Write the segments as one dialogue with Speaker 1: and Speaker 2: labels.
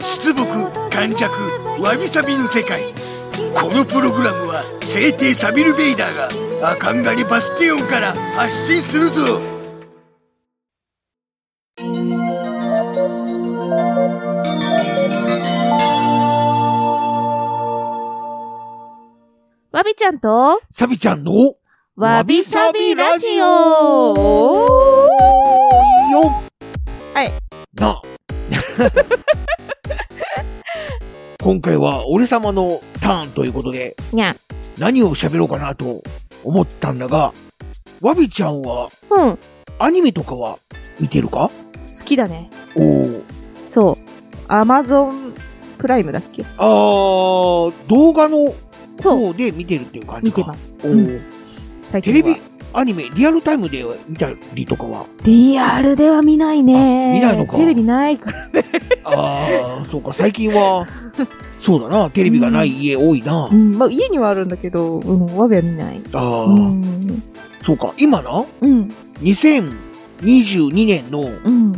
Speaker 1: 出木感弱わびさびの世界このプログラムは聖帝サビル・ベイダーがアカンガリバスティオンから発信するぞ
Speaker 2: わびちゃんと、
Speaker 1: サビちゃんの
Speaker 2: わびさびラジオ
Speaker 1: よ
Speaker 2: はい
Speaker 1: な今回は俺様のターンということで
Speaker 2: にゃん。
Speaker 1: 何を喋ろうかなと思ったんだがわびちゃんは
Speaker 2: うん。好
Speaker 1: アニメとかは見てるか
Speaker 2: きだね。
Speaker 1: おー
Speaker 2: そう。アマゾンプライムだっけ
Speaker 1: あー動画の
Speaker 2: そう。
Speaker 1: 方で見てるっていう感じ
Speaker 2: 見
Speaker 1: か
Speaker 2: てます。
Speaker 1: お
Speaker 2: うん。
Speaker 1: ー
Speaker 2: 最
Speaker 1: テ
Speaker 2: 近
Speaker 1: レ
Speaker 2: は
Speaker 1: ビアニメリアルタイムで見たりとか は
Speaker 2: リアルでは見ないね。
Speaker 1: あ見ないのか
Speaker 2: テレビないから。
Speaker 1: ああそうか最近 はそうだなテレビがない家多いな、
Speaker 2: うん。まあ、家にはあるんだけど、うん。我が家見ない。
Speaker 1: ああ、
Speaker 2: うん。
Speaker 1: そうか今な
Speaker 2: うん。
Speaker 1: 2022年の
Speaker 2: うん。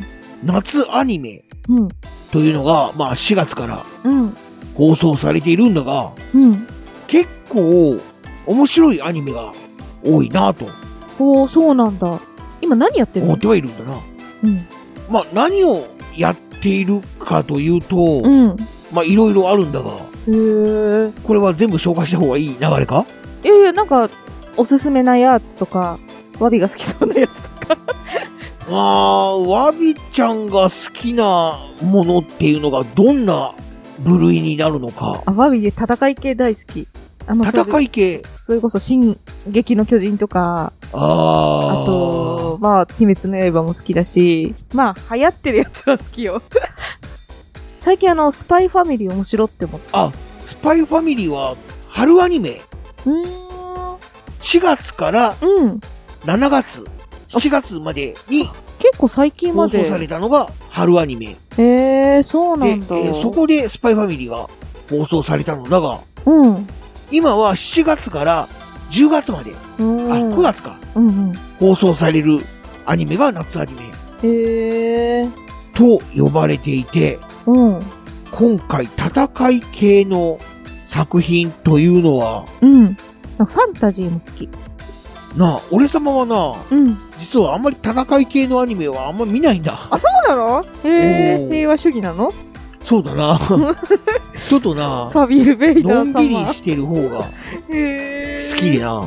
Speaker 1: 夏アニメ
Speaker 2: うん。
Speaker 1: というのが、まあ、4月から
Speaker 2: うん。
Speaker 1: 放送されているんだが
Speaker 2: うん。
Speaker 1: 結構面白いアニメが多いなと
Speaker 2: おー、そうなんだ。今何やってる
Speaker 1: 思
Speaker 2: の
Speaker 1: ってはいるんだな。
Speaker 2: うん。
Speaker 1: まあ、何をやっているかというと、
Speaker 2: うん。
Speaker 1: まあいろいろあるんだが、
Speaker 2: へー。
Speaker 1: これは全部紹介した方がいい流れか
Speaker 2: いやいや、なんか、おすすめなやつとか、わびが好きそうなやつとか。
Speaker 1: ああ、ワビちゃんが好きなものっていうのがどんな部類になるのか。
Speaker 2: あ、わびで戦い系大好き。あまあそれ
Speaker 1: 戦い系。
Speaker 2: それこそ、進撃の巨人とか、あ
Speaker 1: ああ。
Speaker 2: と、まあ、鬼滅の刃も好きだし、まあ、流行ってるやつは好きよ。 最近あの、スパイファミリー面白って思った。
Speaker 1: スパイファミリーは春アニメ
Speaker 2: うーん。
Speaker 1: 4月から
Speaker 2: うん。
Speaker 1: 7月、7月までに
Speaker 2: 結構最近ま
Speaker 1: 放送さ
Speaker 2: で。
Speaker 1: れたのが春アニメ。
Speaker 2: へえー、そう
Speaker 1: で、
Speaker 2: な
Speaker 1: え
Speaker 2: んだ。
Speaker 1: ーそこでスパイファミリーが放送されたのだが、
Speaker 2: うん。うん。
Speaker 1: 今は7月から10月まで、あ、9月か。
Speaker 2: うんうん。
Speaker 1: 放送されるアニメが夏アニメ
Speaker 2: へえー。
Speaker 1: と呼ばれていて、
Speaker 2: うん。
Speaker 1: 今回戦い系の作品というのは、
Speaker 2: うん。ファンタジーも好き。
Speaker 1: なあ、俺様はな、
Speaker 2: うん。
Speaker 1: 実はあんまり戦い系のアニメはあんま見ないんだ。
Speaker 2: あ、そうなのへ
Speaker 1: お
Speaker 2: え
Speaker 1: ー、
Speaker 2: 平和主義なの
Speaker 1: そうだな。ちょっとな、
Speaker 2: サビル・ベイ
Speaker 1: の
Speaker 2: ダー
Speaker 1: んびり
Speaker 2: 様。
Speaker 1: してる方が
Speaker 2: へー
Speaker 1: 好きで。な、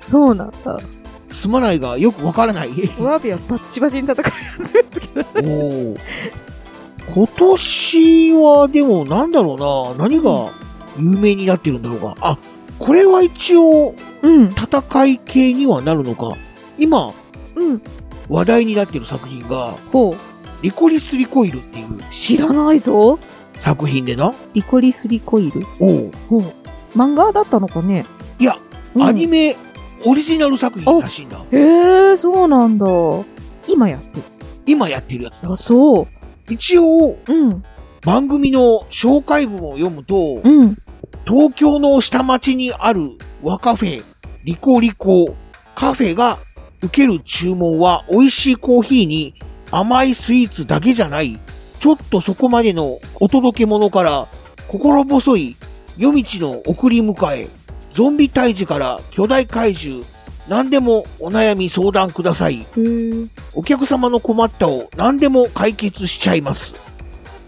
Speaker 2: そうなんだ。
Speaker 1: すまないがよくわからない。
Speaker 2: ワービはバッチバチに戦うやつが好きだ。
Speaker 1: おー今年はでもなんだろうな、何が有名になってるんだろうか。あ、これは一応
Speaker 2: うん。
Speaker 1: 戦い系にはなるのか今
Speaker 2: うん。
Speaker 1: 話題になってる作品が
Speaker 2: ほ
Speaker 1: 「リコリス・リコイル」っていう
Speaker 2: う。知らないぞ。
Speaker 1: 作品でな
Speaker 2: リコリス・リコイル。
Speaker 1: おう
Speaker 2: ほう。漫画だったのかね
Speaker 1: いや、
Speaker 2: うん
Speaker 1: アニメオリジナル作品らしいんだ
Speaker 2: へえ、そうなんだ。今やってる。
Speaker 1: 今やってるやつだ
Speaker 2: あ、そう。
Speaker 1: 一応
Speaker 2: うん。
Speaker 1: 番組の紹介文を読むと
Speaker 2: うん。
Speaker 1: 東京の下町にある和カフェリコリコカフェが受ける注文は美味しいコーヒーに甘いスイーツだけじゃないちょっとそこまでのお届け物から心細い夜道の送り迎えゾンビ退治から巨大怪獣何でもお悩み相談ください
Speaker 2: へえ。
Speaker 1: お客様の困ったを何でも解決しちゃいます。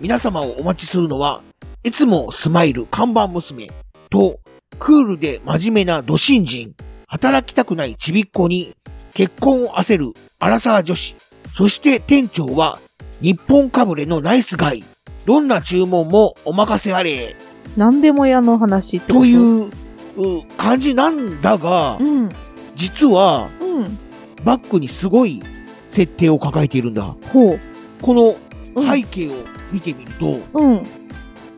Speaker 1: 皆様をお待ちするのは、いつもスマイル看板娘と、クールで真面目なド新人、働きたくないちびっこに、結婚を焦るアラサー女子、そして店長は、日本かぶれのナイスガイ、どんな注文もお任せあれ、
Speaker 2: なんでも屋の話ってこと
Speaker 1: い。うう感じなんだが
Speaker 2: う、ん。
Speaker 1: 実は
Speaker 2: うん。
Speaker 1: バックにすごい設定を抱えているんだ。
Speaker 2: ほう。
Speaker 1: この
Speaker 2: うん
Speaker 1: 背景を見てみると、
Speaker 2: うん。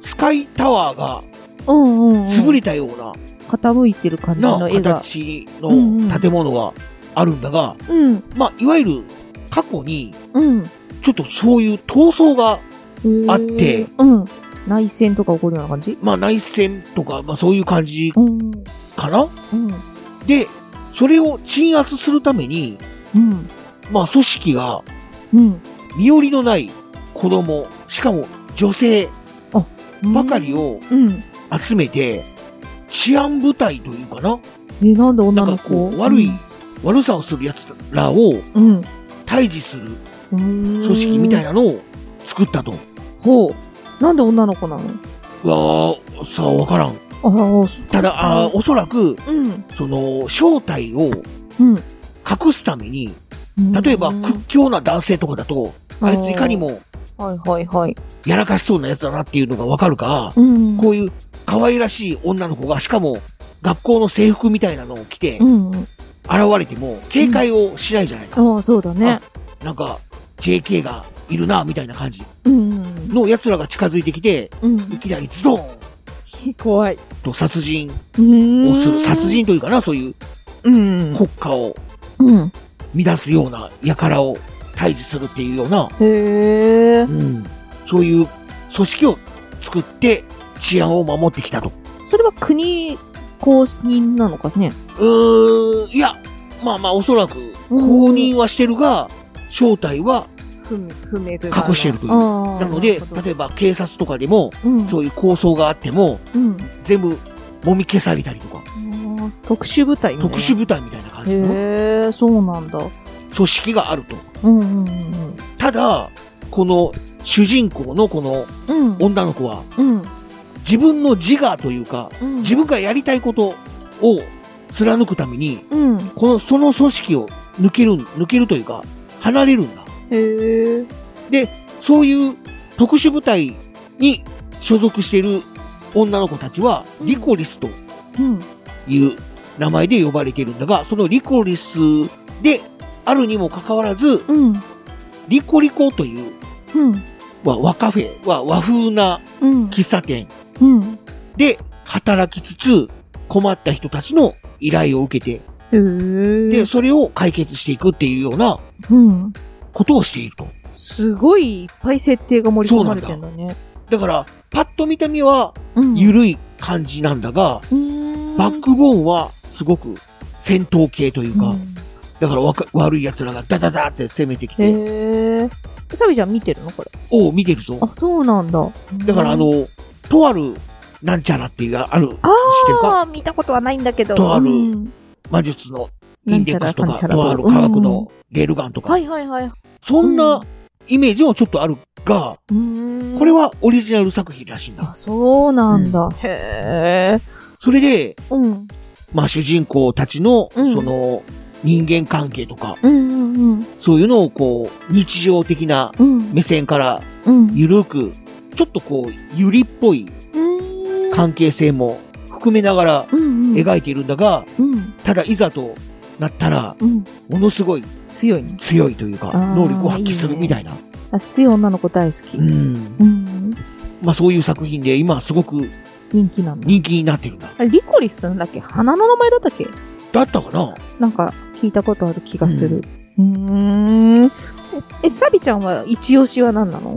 Speaker 1: スカイタワーが
Speaker 2: うんうん、うん。
Speaker 1: 潰れたような、
Speaker 2: 傾いてる感じの
Speaker 1: な
Speaker 2: 絵が。
Speaker 1: 形
Speaker 2: うんうん
Speaker 1: の建物があるんだが、
Speaker 2: うん。
Speaker 1: まあ、いわゆる過去に、
Speaker 2: うん。
Speaker 1: ちょっとそういう闘争が、あって
Speaker 2: うん。内戦とか起こるような感じ
Speaker 1: まあ、内戦とか、まあ、そういう感じ
Speaker 2: うん。うん。
Speaker 1: かなで、それを鎮圧するために、
Speaker 2: うん。
Speaker 1: まあ、組織が、
Speaker 2: うん。
Speaker 1: 身寄りのない子供、しかも女性
Speaker 2: うん。
Speaker 1: ばかりを
Speaker 2: うん。
Speaker 1: 集めて、治安部隊というかな、
Speaker 2: え、なんで
Speaker 1: な
Speaker 2: 女
Speaker 1: ん
Speaker 2: の
Speaker 1: かこ
Speaker 2: 子
Speaker 1: う、悪い、悪さをする奴らを
Speaker 2: うん。
Speaker 1: 退治する
Speaker 2: 組
Speaker 1: 組織みたいな
Speaker 2: な。
Speaker 1: のを作ったと。
Speaker 2: ほう。なんで女の子なの
Speaker 1: うわーさあ、わからん。
Speaker 2: ああ、そ
Speaker 1: ただ、あーおそらく、
Speaker 2: うん。
Speaker 1: その、正体を
Speaker 2: う
Speaker 1: 隠すために、
Speaker 2: ん。
Speaker 1: 例えば
Speaker 2: うん
Speaker 1: 屈強な男性とかだと、あいついかに。も
Speaker 2: はいはいはい。
Speaker 1: やらかしそうなやつだなっていうのがわかるから、
Speaker 2: うん。
Speaker 1: こういう可愛らしい女の子が、しかも学校の制服みたいなのを着て
Speaker 2: う、んうん。
Speaker 1: 現れても警戒をしないじゃないか。
Speaker 2: ああ、そうだね。
Speaker 1: なんか、JK がいるな、みたいな感じ
Speaker 2: うんうん
Speaker 1: の奴らが近づいてきて、
Speaker 2: うん。う
Speaker 1: い
Speaker 2: ん。
Speaker 1: きなりズドーン
Speaker 2: 怖い。
Speaker 1: と殺人
Speaker 2: うん。
Speaker 1: をする、殺。人というかな、そういう
Speaker 2: うん。
Speaker 1: 国家を
Speaker 2: うん。
Speaker 1: 乱すような輩を退治するっていうような、
Speaker 2: へえ
Speaker 1: う。ん、そういう組織を作って治安を守ってきたと。
Speaker 2: それは国公認なのかね。
Speaker 1: うーん、いや、まあまあおそらく公認はしてるが、正体は、
Speaker 2: 不明不明という
Speaker 1: 隠してるという
Speaker 2: な
Speaker 1: なので、例えば警察とかでも、
Speaker 2: うん、
Speaker 1: そういう構想があっても、
Speaker 2: うん。
Speaker 1: 全部揉み消されたりとか、
Speaker 2: あー特殊部隊みたいな
Speaker 1: 特殊部隊みたいな感じの
Speaker 2: へえ、そうなんだ。
Speaker 1: 組織があると。
Speaker 2: うんうんうん
Speaker 1: ただ、この主人公のこの
Speaker 2: うん。うん。
Speaker 1: 女の子は、
Speaker 2: うん。
Speaker 1: 自分の自我というか、
Speaker 2: うん。
Speaker 1: 自分がやりたいことを貫くために、
Speaker 2: うん。
Speaker 1: この、その組織を抜ける、抜けるというか、離れるんだ。
Speaker 2: へえ。
Speaker 1: そういう特殊部隊に所属している女の子たちは、
Speaker 2: うん
Speaker 1: リコリスと
Speaker 2: うん。
Speaker 1: いう名前で呼ばれているんだが、そのリコリスであるにもかかわらず、
Speaker 2: うん。
Speaker 1: リコリコという、
Speaker 2: うん。
Speaker 1: まあ、和カフェは和風な
Speaker 2: うん。
Speaker 1: 喫茶店
Speaker 2: うん。
Speaker 1: で働きつつ、困った人たちの依頼を受けて、
Speaker 2: へえ。
Speaker 1: で、それを解決していくっていうような
Speaker 2: うん。
Speaker 1: ことをしていると。
Speaker 2: すごいいっぱい設定が盛り込まれてんだね。
Speaker 1: だから、パッと見た目は
Speaker 2: うん。
Speaker 1: 緩い感じなんだが、
Speaker 2: うーん。
Speaker 1: バックボーンはすごく戦闘系というか、
Speaker 2: うん
Speaker 1: だからわか悪い奴らがダダダって攻めてきて、
Speaker 2: へえ。うさびちゃん見てるのこれ。
Speaker 1: おう見てるぞ
Speaker 2: あ。、そうなんだ。
Speaker 1: だからあ
Speaker 2: うん、
Speaker 1: の、とあるなんちゃらっていうある、知ってるか
Speaker 2: ああ、見たことはないんだけど。
Speaker 1: とある
Speaker 2: うん
Speaker 1: 魔術のインデックスとか、
Speaker 2: なんちゃら
Speaker 1: とあ
Speaker 2: かんち
Speaker 1: る
Speaker 2: ゃ
Speaker 1: 科
Speaker 2: ら
Speaker 1: 学のレールガンとか、
Speaker 2: はいはいはい。
Speaker 1: そん
Speaker 2: うん
Speaker 1: なイメージもちょっとあるが、
Speaker 2: こ
Speaker 1: これはオリジナル作品らしいん
Speaker 2: あ、
Speaker 1: だ。
Speaker 2: そうなんだ。へえ。
Speaker 1: それで、
Speaker 2: うん。
Speaker 1: まあ主人公たちの、
Speaker 2: うん
Speaker 1: その、人間関係とか、
Speaker 2: うんうんうん。
Speaker 1: そういうのをこう、日常的な
Speaker 2: うん。
Speaker 1: 目線から
Speaker 2: うん。
Speaker 1: ゆるく、ちょっとこう、ゆりっぽい
Speaker 2: うん。
Speaker 1: 関係性も含めながら
Speaker 2: うん。
Speaker 1: 描いているんだが、
Speaker 2: うん。
Speaker 1: ただいざとなったら、
Speaker 2: うん。
Speaker 1: ものすごい
Speaker 2: 強いね。
Speaker 1: 強いというか、
Speaker 2: あー
Speaker 1: 能力を発揮するみたいな。
Speaker 2: あ強い女の子大好き。
Speaker 1: うん。
Speaker 2: うん。
Speaker 1: まあそういう作品で今すごく
Speaker 2: 人気なんだ。
Speaker 1: 人気になってるんだ。
Speaker 2: あれリコリスなんだっけ花の名前だったっけ
Speaker 1: だったかな
Speaker 2: なんか聞いたことある気がする。うーん。え、サビちゃんは一押しは何なの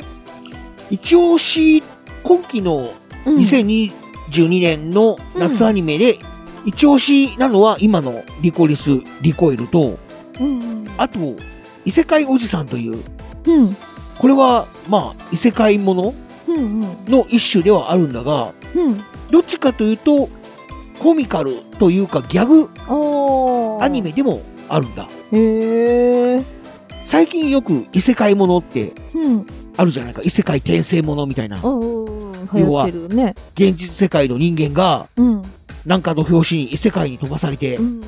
Speaker 1: 一応し、今期の
Speaker 2: うん
Speaker 1: 2022年の夏アニメで、一押しなのは今のリコリス、リコイルと、
Speaker 2: うんうん。
Speaker 1: あと、異世界おじさんという、
Speaker 2: うん。
Speaker 1: これはまあ異世界もの
Speaker 2: うんうん。
Speaker 1: の一種ではあるんだが、
Speaker 2: うん。
Speaker 1: どっちかというと、コミカルというかギャグ
Speaker 2: おー。
Speaker 1: アニメでもあるんだ。
Speaker 2: へえ。
Speaker 1: 最近よく異世界ものって
Speaker 2: うん。
Speaker 1: あるじゃないか。異世界転生ものみたいな。
Speaker 2: うん。流行ってるね。
Speaker 1: 現実世界の人間が
Speaker 2: うん。
Speaker 1: なんかの拍子に異世界に飛ばされて
Speaker 2: う、ん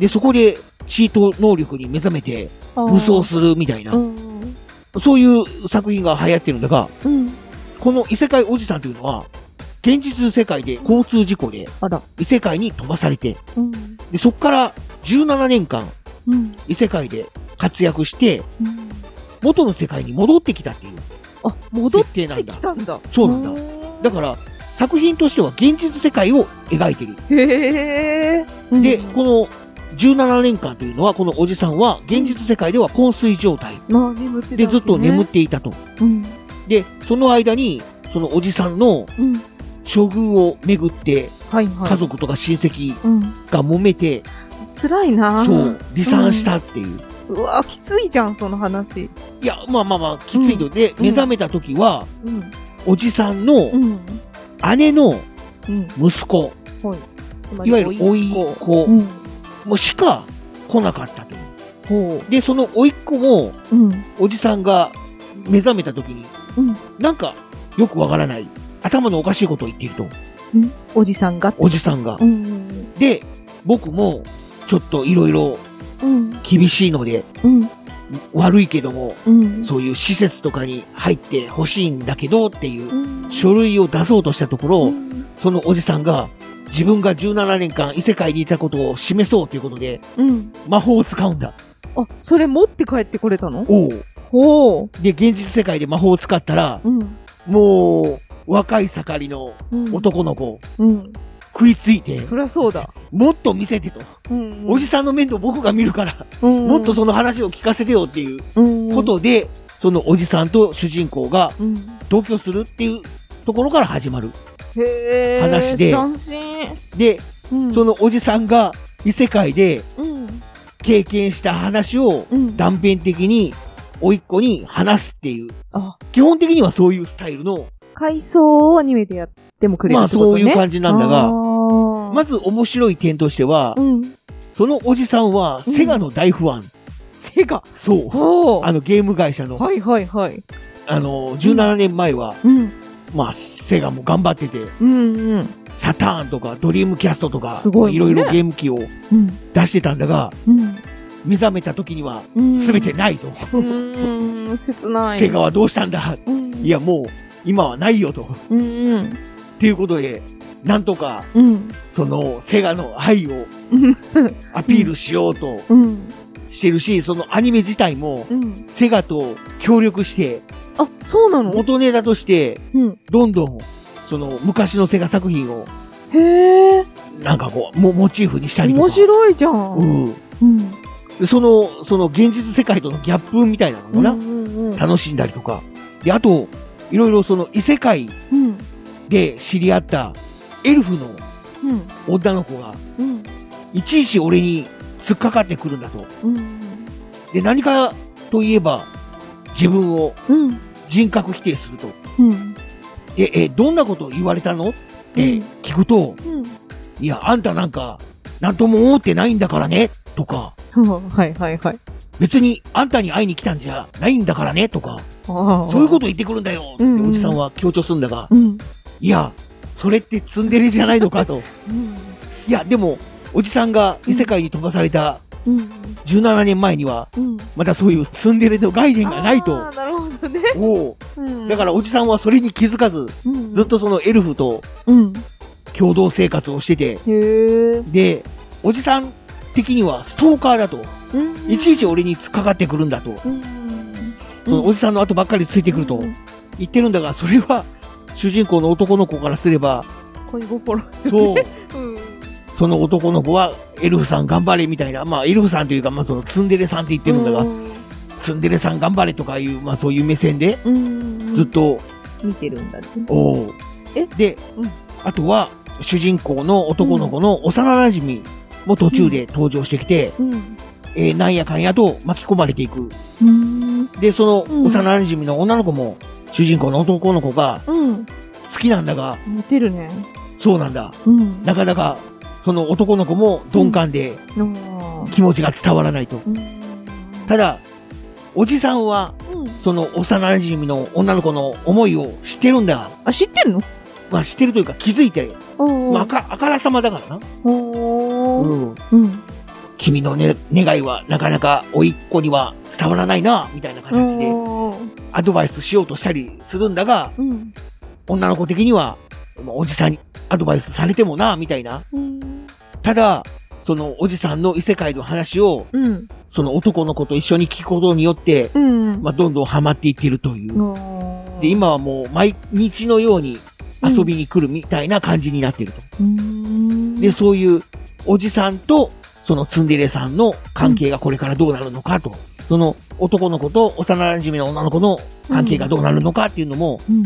Speaker 1: で、そこでチート能力に目覚めて
Speaker 2: あー
Speaker 1: 武装するみたいな
Speaker 2: う、ん。
Speaker 1: そういう作品が流行ってるんだが、
Speaker 2: うん。
Speaker 1: この異世界おじさんというのは、現実世界で交通事故で
Speaker 2: あら。
Speaker 1: 異世界に飛ばされて、
Speaker 2: うん。
Speaker 1: で、そこから17年間
Speaker 2: うん。
Speaker 1: 異世界で活躍して、
Speaker 2: うん
Speaker 1: 元の世界に戻ってきたっていう
Speaker 2: あ、戻っ
Speaker 1: 設定な
Speaker 2: て
Speaker 1: ん
Speaker 2: き
Speaker 1: だ。
Speaker 2: たんだ。
Speaker 1: そうなんだだ
Speaker 2: だ
Speaker 1: から、作品としては現実世界を描いてる。
Speaker 2: へえ。
Speaker 1: で、
Speaker 2: うん
Speaker 1: この17年間というのは、このおじさんは現実世界では昏睡状態
Speaker 2: まあ眠ってたわけね
Speaker 1: でずっと眠っていたと。
Speaker 2: うん。
Speaker 1: で、その間に、そのおじさんの
Speaker 2: うん。
Speaker 1: 処遇をめぐって、
Speaker 2: はいはい。
Speaker 1: 家。族とか親戚
Speaker 2: うん。
Speaker 1: が揉めて、
Speaker 2: 辛いな
Speaker 1: そう、離散したっていう。
Speaker 2: うわきついじゃん、その話。
Speaker 1: いや、まあまあまあ、きついので、
Speaker 2: うん
Speaker 1: 目覚めた時は、
Speaker 2: うん。
Speaker 1: おじさんの
Speaker 2: うん。
Speaker 1: 姉の
Speaker 2: うん。
Speaker 1: 息子、
Speaker 2: つま
Speaker 1: いわゆる甥いっ
Speaker 2: 甥っ
Speaker 1: 子
Speaker 2: うん。
Speaker 1: もしか来なかったという。
Speaker 2: ほ
Speaker 1: で、その甥いっ子も、
Speaker 2: う。うん。
Speaker 1: おじさんが目覚めた時に、
Speaker 2: うん
Speaker 1: なんかよくわからない頭のおかしいことを言っていると
Speaker 2: おじさんが。
Speaker 1: おじさんが、
Speaker 2: うん。
Speaker 1: で僕もちょっといろいろ
Speaker 2: うん。
Speaker 1: 厳しいので
Speaker 2: うん。
Speaker 1: 悪いけども
Speaker 2: うん。
Speaker 1: そういう施設とかに入ってほしいんだけどっていう
Speaker 2: うん。
Speaker 1: 書類を出そうとしたところ、
Speaker 2: うん
Speaker 1: そのおじさんが自分が17年間異世界にいたことを示そうということで
Speaker 2: うん。
Speaker 1: 魔法を使うんだ
Speaker 2: あ、それ持って帰ってこれたの
Speaker 1: おう
Speaker 2: ほう。
Speaker 1: で現実世界で魔法を使ったら
Speaker 2: うん。
Speaker 1: もう若い盛りの
Speaker 2: うん。
Speaker 1: 男の子
Speaker 2: うん。
Speaker 1: 食いついて
Speaker 2: そりゃそうだ。
Speaker 1: もっと見せてと、
Speaker 2: うん
Speaker 1: おじさんの面倒僕が見るから、
Speaker 2: うん
Speaker 1: もっとその話を聞かせてよっていう
Speaker 2: うん
Speaker 1: こ。とで、そのおじさんと主人公が
Speaker 2: うん。
Speaker 1: 同居するっていうところから始まる。
Speaker 2: へえ。
Speaker 1: 話で
Speaker 2: 斬新。
Speaker 1: で、
Speaker 2: うん
Speaker 1: そのおじさんが異世界で
Speaker 2: うん。
Speaker 1: 経験した話を
Speaker 2: うん。
Speaker 1: 断片的に甥っ子に話すっていう、
Speaker 2: あ、
Speaker 1: 基本的にはそういうスタイルの、
Speaker 2: 回想をアニメでやってもくれる
Speaker 1: ま
Speaker 2: っ
Speaker 1: あ
Speaker 2: てこと
Speaker 1: そう
Speaker 2: ね。
Speaker 1: いう感じなんだ
Speaker 2: あ
Speaker 1: が、
Speaker 2: ー
Speaker 1: まず面白い点としては、
Speaker 2: うん。
Speaker 1: そのおじさんはセガの大不安。
Speaker 2: セガ。
Speaker 1: そう。
Speaker 2: ほう。
Speaker 1: あのゲーム会社の、
Speaker 2: はいはいはい。
Speaker 1: あの、17年前は、
Speaker 2: うん。
Speaker 1: まあ、セガも頑張ってて、
Speaker 2: うんうん。
Speaker 1: サターンとかドリームキャストとか、
Speaker 2: すごいね
Speaker 1: ろいろゲーム機を
Speaker 2: うん。
Speaker 1: 出してたんだが、目覚めた時には
Speaker 2: うん。
Speaker 1: 全て。ないと。
Speaker 2: うーん。切ない。
Speaker 1: セガはどうしたんだ
Speaker 2: うん。
Speaker 1: いや、もう今はないよと。っ
Speaker 2: うんうん。
Speaker 1: ていうことで、なんとか、
Speaker 2: うん。
Speaker 1: その、セガの愛を
Speaker 2: うん
Speaker 1: アピールしようと
Speaker 2: うん。
Speaker 1: してるし、そのアニメ自体も、
Speaker 2: うん。
Speaker 1: セガと協力して、
Speaker 2: あ、そうなの
Speaker 1: 元ネタとして、
Speaker 2: うん。
Speaker 1: どんどん、その、昔のセガ作品を、
Speaker 2: へえ。
Speaker 1: なんかこう、もモチーフにしたりとか。
Speaker 2: 面白いじゃん。
Speaker 1: うん。
Speaker 2: うん。
Speaker 1: でその、その現実世界とのギャップみたいなの
Speaker 2: う
Speaker 1: も
Speaker 2: ん
Speaker 1: な、
Speaker 2: うんうん。
Speaker 1: 楽しんだりとか。で、あと、いろいろその異世界
Speaker 2: うん。
Speaker 1: で知り合ったエルフの
Speaker 2: うん。
Speaker 1: 女の子が、
Speaker 2: うん。
Speaker 1: いちいち俺に突っかかってくるんだと。
Speaker 2: うん。
Speaker 1: で、何かといえば、自分を
Speaker 2: うん。
Speaker 1: 人格否定すると。
Speaker 2: うん。
Speaker 1: で、え、どんなことを言われたのって
Speaker 2: うん
Speaker 1: 聞くと、
Speaker 2: うん。
Speaker 1: いや、あんたなんか、なんとも思ってないんだからね、とか、
Speaker 2: はいはいはい。
Speaker 1: 別にあんたに会いに来たんじゃないんだからね、とか、
Speaker 2: そ
Speaker 1: そういうこと言ってくるんだよって
Speaker 2: うんうん
Speaker 1: おじさんは強調するんだが、
Speaker 2: うん。
Speaker 1: いや、それってツンデレじゃないのか と。
Speaker 2: うん。
Speaker 1: いや、でも、おじさんが異世界に飛ばされた
Speaker 2: うん。
Speaker 1: 17年前には、
Speaker 2: うん。
Speaker 1: またそういうツンデレの概念がない
Speaker 2: あ
Speaker 1: と
Speaker 2: ー。なるほどね。
Speaker 1: おう
Speaker 2: うん
Speaker 1: だからおじさんはそれに気づかず、
Speaker 2: うん
Speaker 1: ずっとそのエルフと
Speaker 2: うん。
Speaker 1: 共同生活をしてて、
Speaker 2: へえ。
Speaker 1: で、おじさん的にはストーカーだと。いちいち俺に突っかかってくるんだと。
Speaker 2: うん。
Speaker 1: そのおじさんの後ばっかりついてくると
Speaker 2: うん
Speaker 1: 言ってるんだが、それは主人公の男の子からすれ ば、
Speaker 2: 恋心。
Speaker 1: そう、
Speaker 2: うん。
Speaker 1: その男の子はエルフさん頑張れみたいな、まあエルフさんというか、まあそのツンデレさんって言ってるんだが、ツンデレさん頑張れとかいう、まあそういう目線で
Speaker 2: うん。
Speaker 1: ずっと、
Speaker 2: 見てるんだね。
Speaker 1: おう
Speaker 2: え
Speaker 1: で、
Speaker 2: うん
Speaker 1: あとは主人公の男の子の幼馴染も途中で登場してきて、
Speaker 2: うん。
Speaker 1: えーなんやかんやと巻き込まれていく。
Speaker 2: うん。
Speaker 1: で、その
Speaker 2: うん
Speaker 1: 幼馴染の女の子も、主人公の男の子が
Speaker 2: うん。
Speaker 1: 好きなんだが、
Speaker 2: 似てるね。
Speaker 1: そうなんだ。
Speaker 2: うん。
Speaker 1: なかなか、その男の子も鈍感で
Speaker 2: うん
Speaker 1: 気持ちが伝わらないと。
Speaker 2: うん。
Speaker 1: ただ、おじさんは、
Speaker 2: うん
Speaker 1: その幼馴染の女の子の思いを知ってるんだ。
Speaker 2: あ、知ってんの
Speaker 1: まあ知ってるというか気づいて、
Speaker 2: お
Speaker 1: まああか、あからさまだからな。
Speaker 2: お
Speaker 1: うん。
Speaker 2: うん。
Speaker 1: 君のね、願いはなかなか甥っ子には伝わらないな、みたいな形で
Speaker 2: お
Speaker 1: アドバイスしようとしたりするんだが、
Speaker 2: うん。
Speaker 1: 女の子的には、まあおじさんにアドバイスされてもな、みたいな。
Speaker 2: うん。
Speaker 1: ただ、そのおじさんの異世界の話を、
Speaker 2: うん。
Speaker 1: その男の子と一緒に聞くことによって、
Speaker 2: うん。
Speaker 1: まあ、どんどんハマっていってるという。
Speaker 2: おー
Speaker 1: で、今はもう毎日のように
Speaker 2: うん
Speaker 1: 遊びに来るみたいな感じになってると。
Speaker 2: うーん。
Speaker 1: で、そういうおじさんとそのツンデレさんの関係がこれからどうなるのかと、その男の子と幼馴染の女の子の関係がどうなるのかっていうのも、
Speaker 2: うん。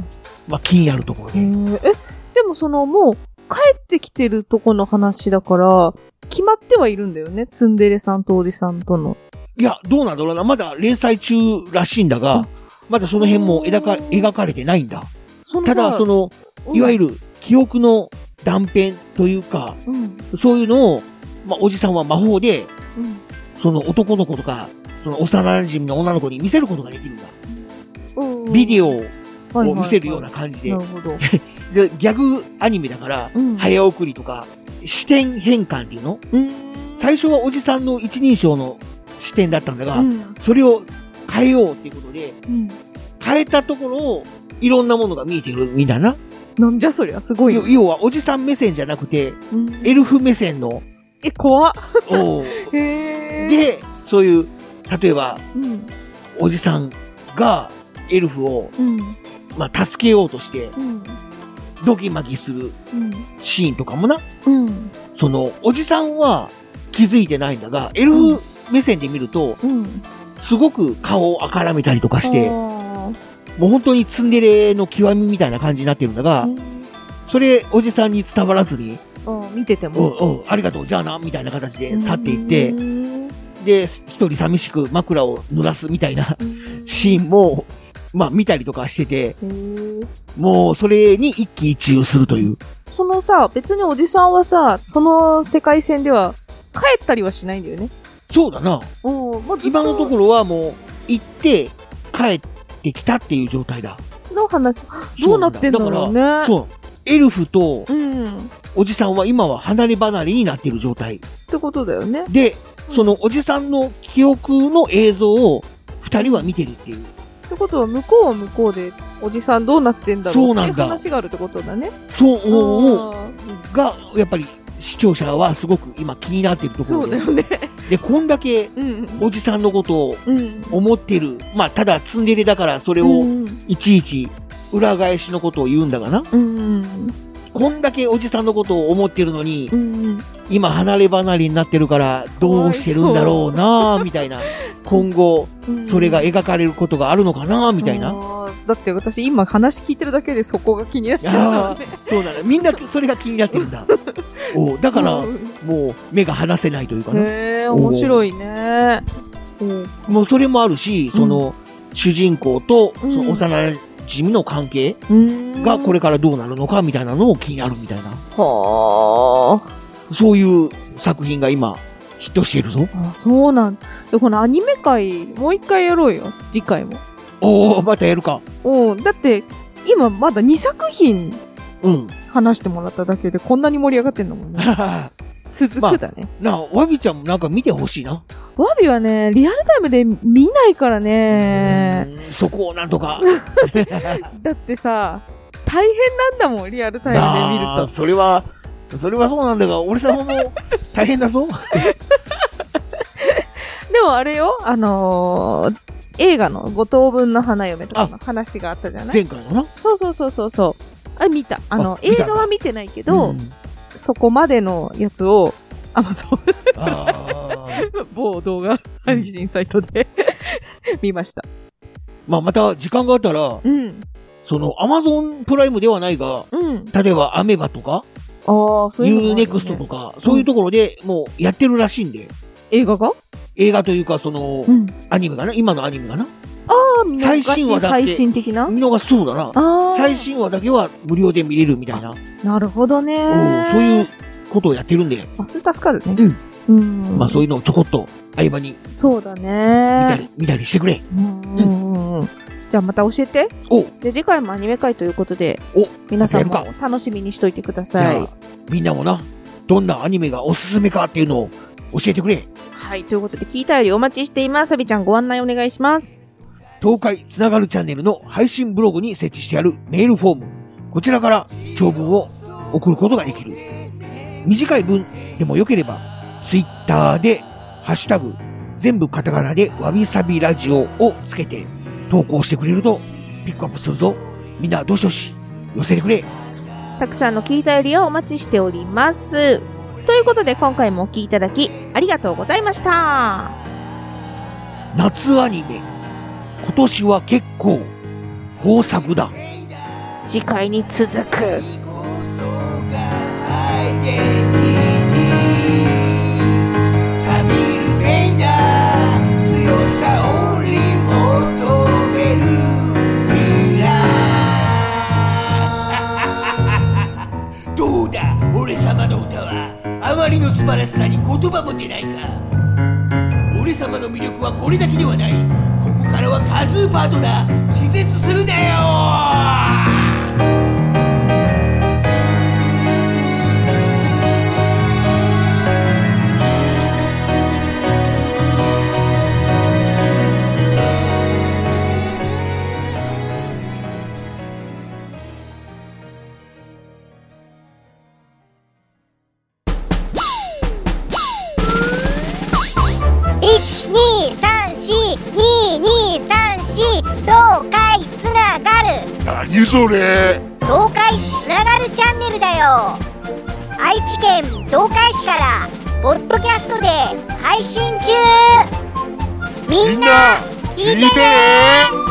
Speaker 1: まあ気になるところ
Speaker 2: へ
Speaker 1: で。
Speaker 2: ーえ、でもそのもう帰ってきてるとこの話だから、決まってはいるんだよね。ツンデレさんとおじさんとの。
Speaker 1: いや、どうなんだろうな。まだ連載中らしいんだ
Speaker 2: う
Speaker 1: が
Speaker 2: ん、
Speaker 1: まだその辺も描か描かれてないんだ。
Speaker 2: その
Speaker 1: ただ、そ、の、いわゆ
Speaker 2: る、
Speaker 1: る記憶の断片というか、
Speaker 2: うん、うん、
Speaker 1: そういうのを、まあ、おじさんは魔法で、
Speaker 2: うん
Speaker 1: その男の子とか、その幼馴染の女の子に見せることができるんだ。
Speaker 2: うん
Speaker 1: ビデオを
Speaker 2: はいはいはい
Speaker 1: 見せるような感じで。
Speaker 2: なるほど。
Speaker 1: でギャグアニメだから、
Speaker 2: うん
Speaker 1: 早送りとか、視点変換っていうの
Speaker 2: うん。
Speaker 1: 最初はおじさんの一人称の視点だったんだが、
Speaker 2: うん
Speaker 1: それを変えようっていうことで、
Speaker 2: うん
Speaker 1: 変えたところを、いろんなものが見えてるみたいな。
Speaker 2: なんじゃそりゃ、すごいね。
Speaker 1: 要要は、おじさん目線じゃなくて、
Speaker 2: うん
Speaker 1: エルフ目線の、
Speaker 2: え、怖っ。
Speaker 1: おー
Speaker 2: へえ。、
Speaker 1: で、そういう、例えば、
Speaker 2: うん、
Speaker 1: おじさんがエルフを、
Speaker 2: うん、
Speaker 1: まあ、助けようとして、
Speaker 2: うん、
Speaker 1: ドキマキする
Speaker 2: うん、
Speaker 1: シーンとかもな、
Speaker 2: うん、
Speaker 1: その、おじさんは気づいてないんだが、エルフ目線で見ると、
Speaker 2: うん。
Speaker 1: すごく顔をあからめたりとかして、も
Speaker 2: あー
Speaker 1: う本当にツンデレの極みみたいな感じになってるんだが
Speaker 2: う、ん
Speaker 1: それ、おじさんに伝わらずに、
Speaker 2: あー、見てて
Speaker 1: う
Speaker 2: も。
Speaker 1: んうん、ありがとう、じゃあな、みたいな形で去っていって
Speaker 2: う、ん
Speaker 1: で、一人寂しく枕を濡らすみたいな シーンも、まあ見たりとかしてて、
Speaker 2: へえ。
Speaker 1: もうそれに一喜一憂するという。
Speaker 2: そのさ、別におじさんはさ、その世界線では帰ったりはしないんだよね。
Speaker 1: そうだな。
Speaker 2: おもうずっ
Speaker 1: 今のところはもう行って帰ってきたっていう状態だ。
Speaker 2: の話、どうなってんだろうね。
Speaker 1: そう。エルフと
Speaker 2: うん。っ
Speaker 1: おじさんは今は離れ離れになってる状態。
Speaker 2: てことだよね。
Speaker 1: で、そのおじさんの記憶の映像を二人は見てるっていう。
Speaker 2: ってことは、向こうは向こうで、おじさんどうなってんだろう
Speaker 1: そう
Speaker 2: って
Speaker 1: なん
Speaker 2: い
Speaker 1: だ
Speaker 2: う話があるってことだね。
Speaker 1: そう、おうおう
Speaker 2: あー
Speaker 1: が、やっぱり視聴者はすごく今気になってるとこ
Speaker 2: そう
Speaker 1: ろ
Speaker 2: だ
Speaker 1: で。
Speaker 2: よね。
Speaker 1: で、こんだけ
Speaker 2: うん。
Speaker 1: おじさんのことを
Speaker 2: うん。
Speaker 1: 思ってる。まあ、ただツンデレだからそれ
Speaker 2: う
Speaker 1: を、
Speaker 2: ん。
Speaker 1: いちいち裏返しのことを言うんだがな。
Speaker 2: うん。
Speaker 1: こんだけおじさんのことを思ってるのに
Speaker 2: う、ん。
Speaker 1: 今離れ離れになってるから、どうしてるんだろうなぁ、みたいな。今後、
Speaker 2: うん
Speaker 1: それが描かれることがあるのかなぁ、みたいな。
Speaker 2: あーだって私今話聞いてるだけでそこが気になっちゃ
Speaker 1: あ
Speaker 2: う
Speaker 1: あ、そうなんだ。みんな それが気になってるんだ。おうだから、
Speaker 2: う
Speaker 1: も
Speaker 2: ん
Speaker 1: う目が離せないというかな。
Speaker 2: へえ面白いねそう
Speaker 1: もうそれもあるし、その、主人公と、そ
Speaker 2: うん
Speaker 1: の幼馴染の関係が
Speaker 2: が
Speaker 1: これからどうなるのか、みたいなのを気になるみたいな。
Speaker 2: は
Speaker 1: そういう作品が今、ヒットしてるぞ。
Speaker 2: ああそうなんでこのアニメ会もう一回やろうよ次回も
Speaker 1: おお、またやるか。
Speaker 2: うんだって今まだ2作品
Speaker 1: うん。
Speaker 2: 話してもらっただけでこんなに盛り上がってんだもんね
Speaker 1: な
Speaker 2: 続くだね、
Speaker 1: あ、わびちゃんもなんか見てほしいな。
Speaker 2: わびはねリアルタイムで見ないからね
Speaker 1: うんそこをなんとか。
Speaker 2: だってさ大変なんだもんリアルタイムで見る
Speaker 1: あー
Speaker 2: と
Speaker 1: それは、それはそうなんだが、俺様も大変だぞ。
Speaker 2: でもあれよ、あのー映画の五等分の花嫁とかの話があったじゃない
Speaker 1: 前回のな。
Speaker 2: そうそうそうそうそう。あれ見た。あの
Speaker 1: あ、見
Speaker 2: 映
Speaker 1: たんだ
Speaker 2: 画は見てないけど、
Speaker 1: ん
Speaker 2: そこまでのやつを、あ、まあそう、
Speaker 1: あー
Speaker 2: 某 動画配信サイトで見ました。
Speaker 1: まあ、また時間があったら、
Speaker 2: うん、
Speaker 1: その、アマゾンプライムではないが、
Speaker 2: うん。
Speaker 1: 例えばアメバとか、
Speaker 2: ああ、そういう
Speaker 1: ユー
Speaker 2: のもあるね
Speaker 1: ネクストとか、そういうところでもうやってるらしいんで、
Speaker 2: 映画が
Speaker 1: 映画というか、その
Speaker 2: う、ん。
Speaker 1: アニメかな、今のアニメかな。
Speaker 2: あ見逃し
Speaker 1: 最新話だって
Speaker 2: 配信的な
Speaker 1: 見逃しそうだな。
Speaker 2: ああ。
Speaker 1: 最。新話だけは無料で見れるみたいな、
Speaker 2: なるほどね
Speaker 1: うんそういうことをやってるんで、
Speaker 2: あ、それ助かるね。うん。
Speaker 1: まあそう
Speaker 2: う
Speaker 1: いうのをちょこっと合間に見
Speaker 2: そうだ
Speaker 1: た
Speaker 2: ね
Speaker 1: り,、見たりしてくれ。
Speaker 2: うんうんうんじゃあまた教えて。
Speaker 1: おう
Speaker 2: で、次回もアニメ会ということで、
Speaker 1: お
Speaker 2: 皆さんも
Speaker 1: やる
Speaker 2: 楽しみにしといてくだ
Speaker 1: じゃ
Speaker 2: さ
Speaker 1: あ、
Speaker 2: い。
Speaker 1: みんなもな、どんなアニメがおすすめかっていうのを教えてくれ。
Speaker 2: はい、ということで、聞いたよりお待ちしています。サビちゃんご案内お願いします。
Speaker 1: 東海つながるチャンネルの配信ブログに設置してあるメールフォーム、こちらから長文を送ることができる。短い文でもよければ、ツイッターで、ハッシュタグ、全部カタカナでわびさびラジオをつけて投稿してくれるとピックアップするぞ。みんなどしどし寄せてくれ。
Speaker 2: たくさんの聞いたよりをお待ちしております。ということで今回もお聞きいただきありがとうございました。
Speaker 3: 夏アニメ今年は結構豊作だ
Speaker 2: 次回に続く。
Speaker 1: どうだ俺様の歌はあまりの素晴らしさに言葉も出ないか俺様の魅力はこれだけではないここからはカズーパートナー気絶するなよ
Speaker 4: 一二三四二二三四東海つながる
Speaker 5: 何それ
Speaker 4: 東海つながるチャンネルだよ愛知県東海市からポッドキャストで配信中みんな聞いてね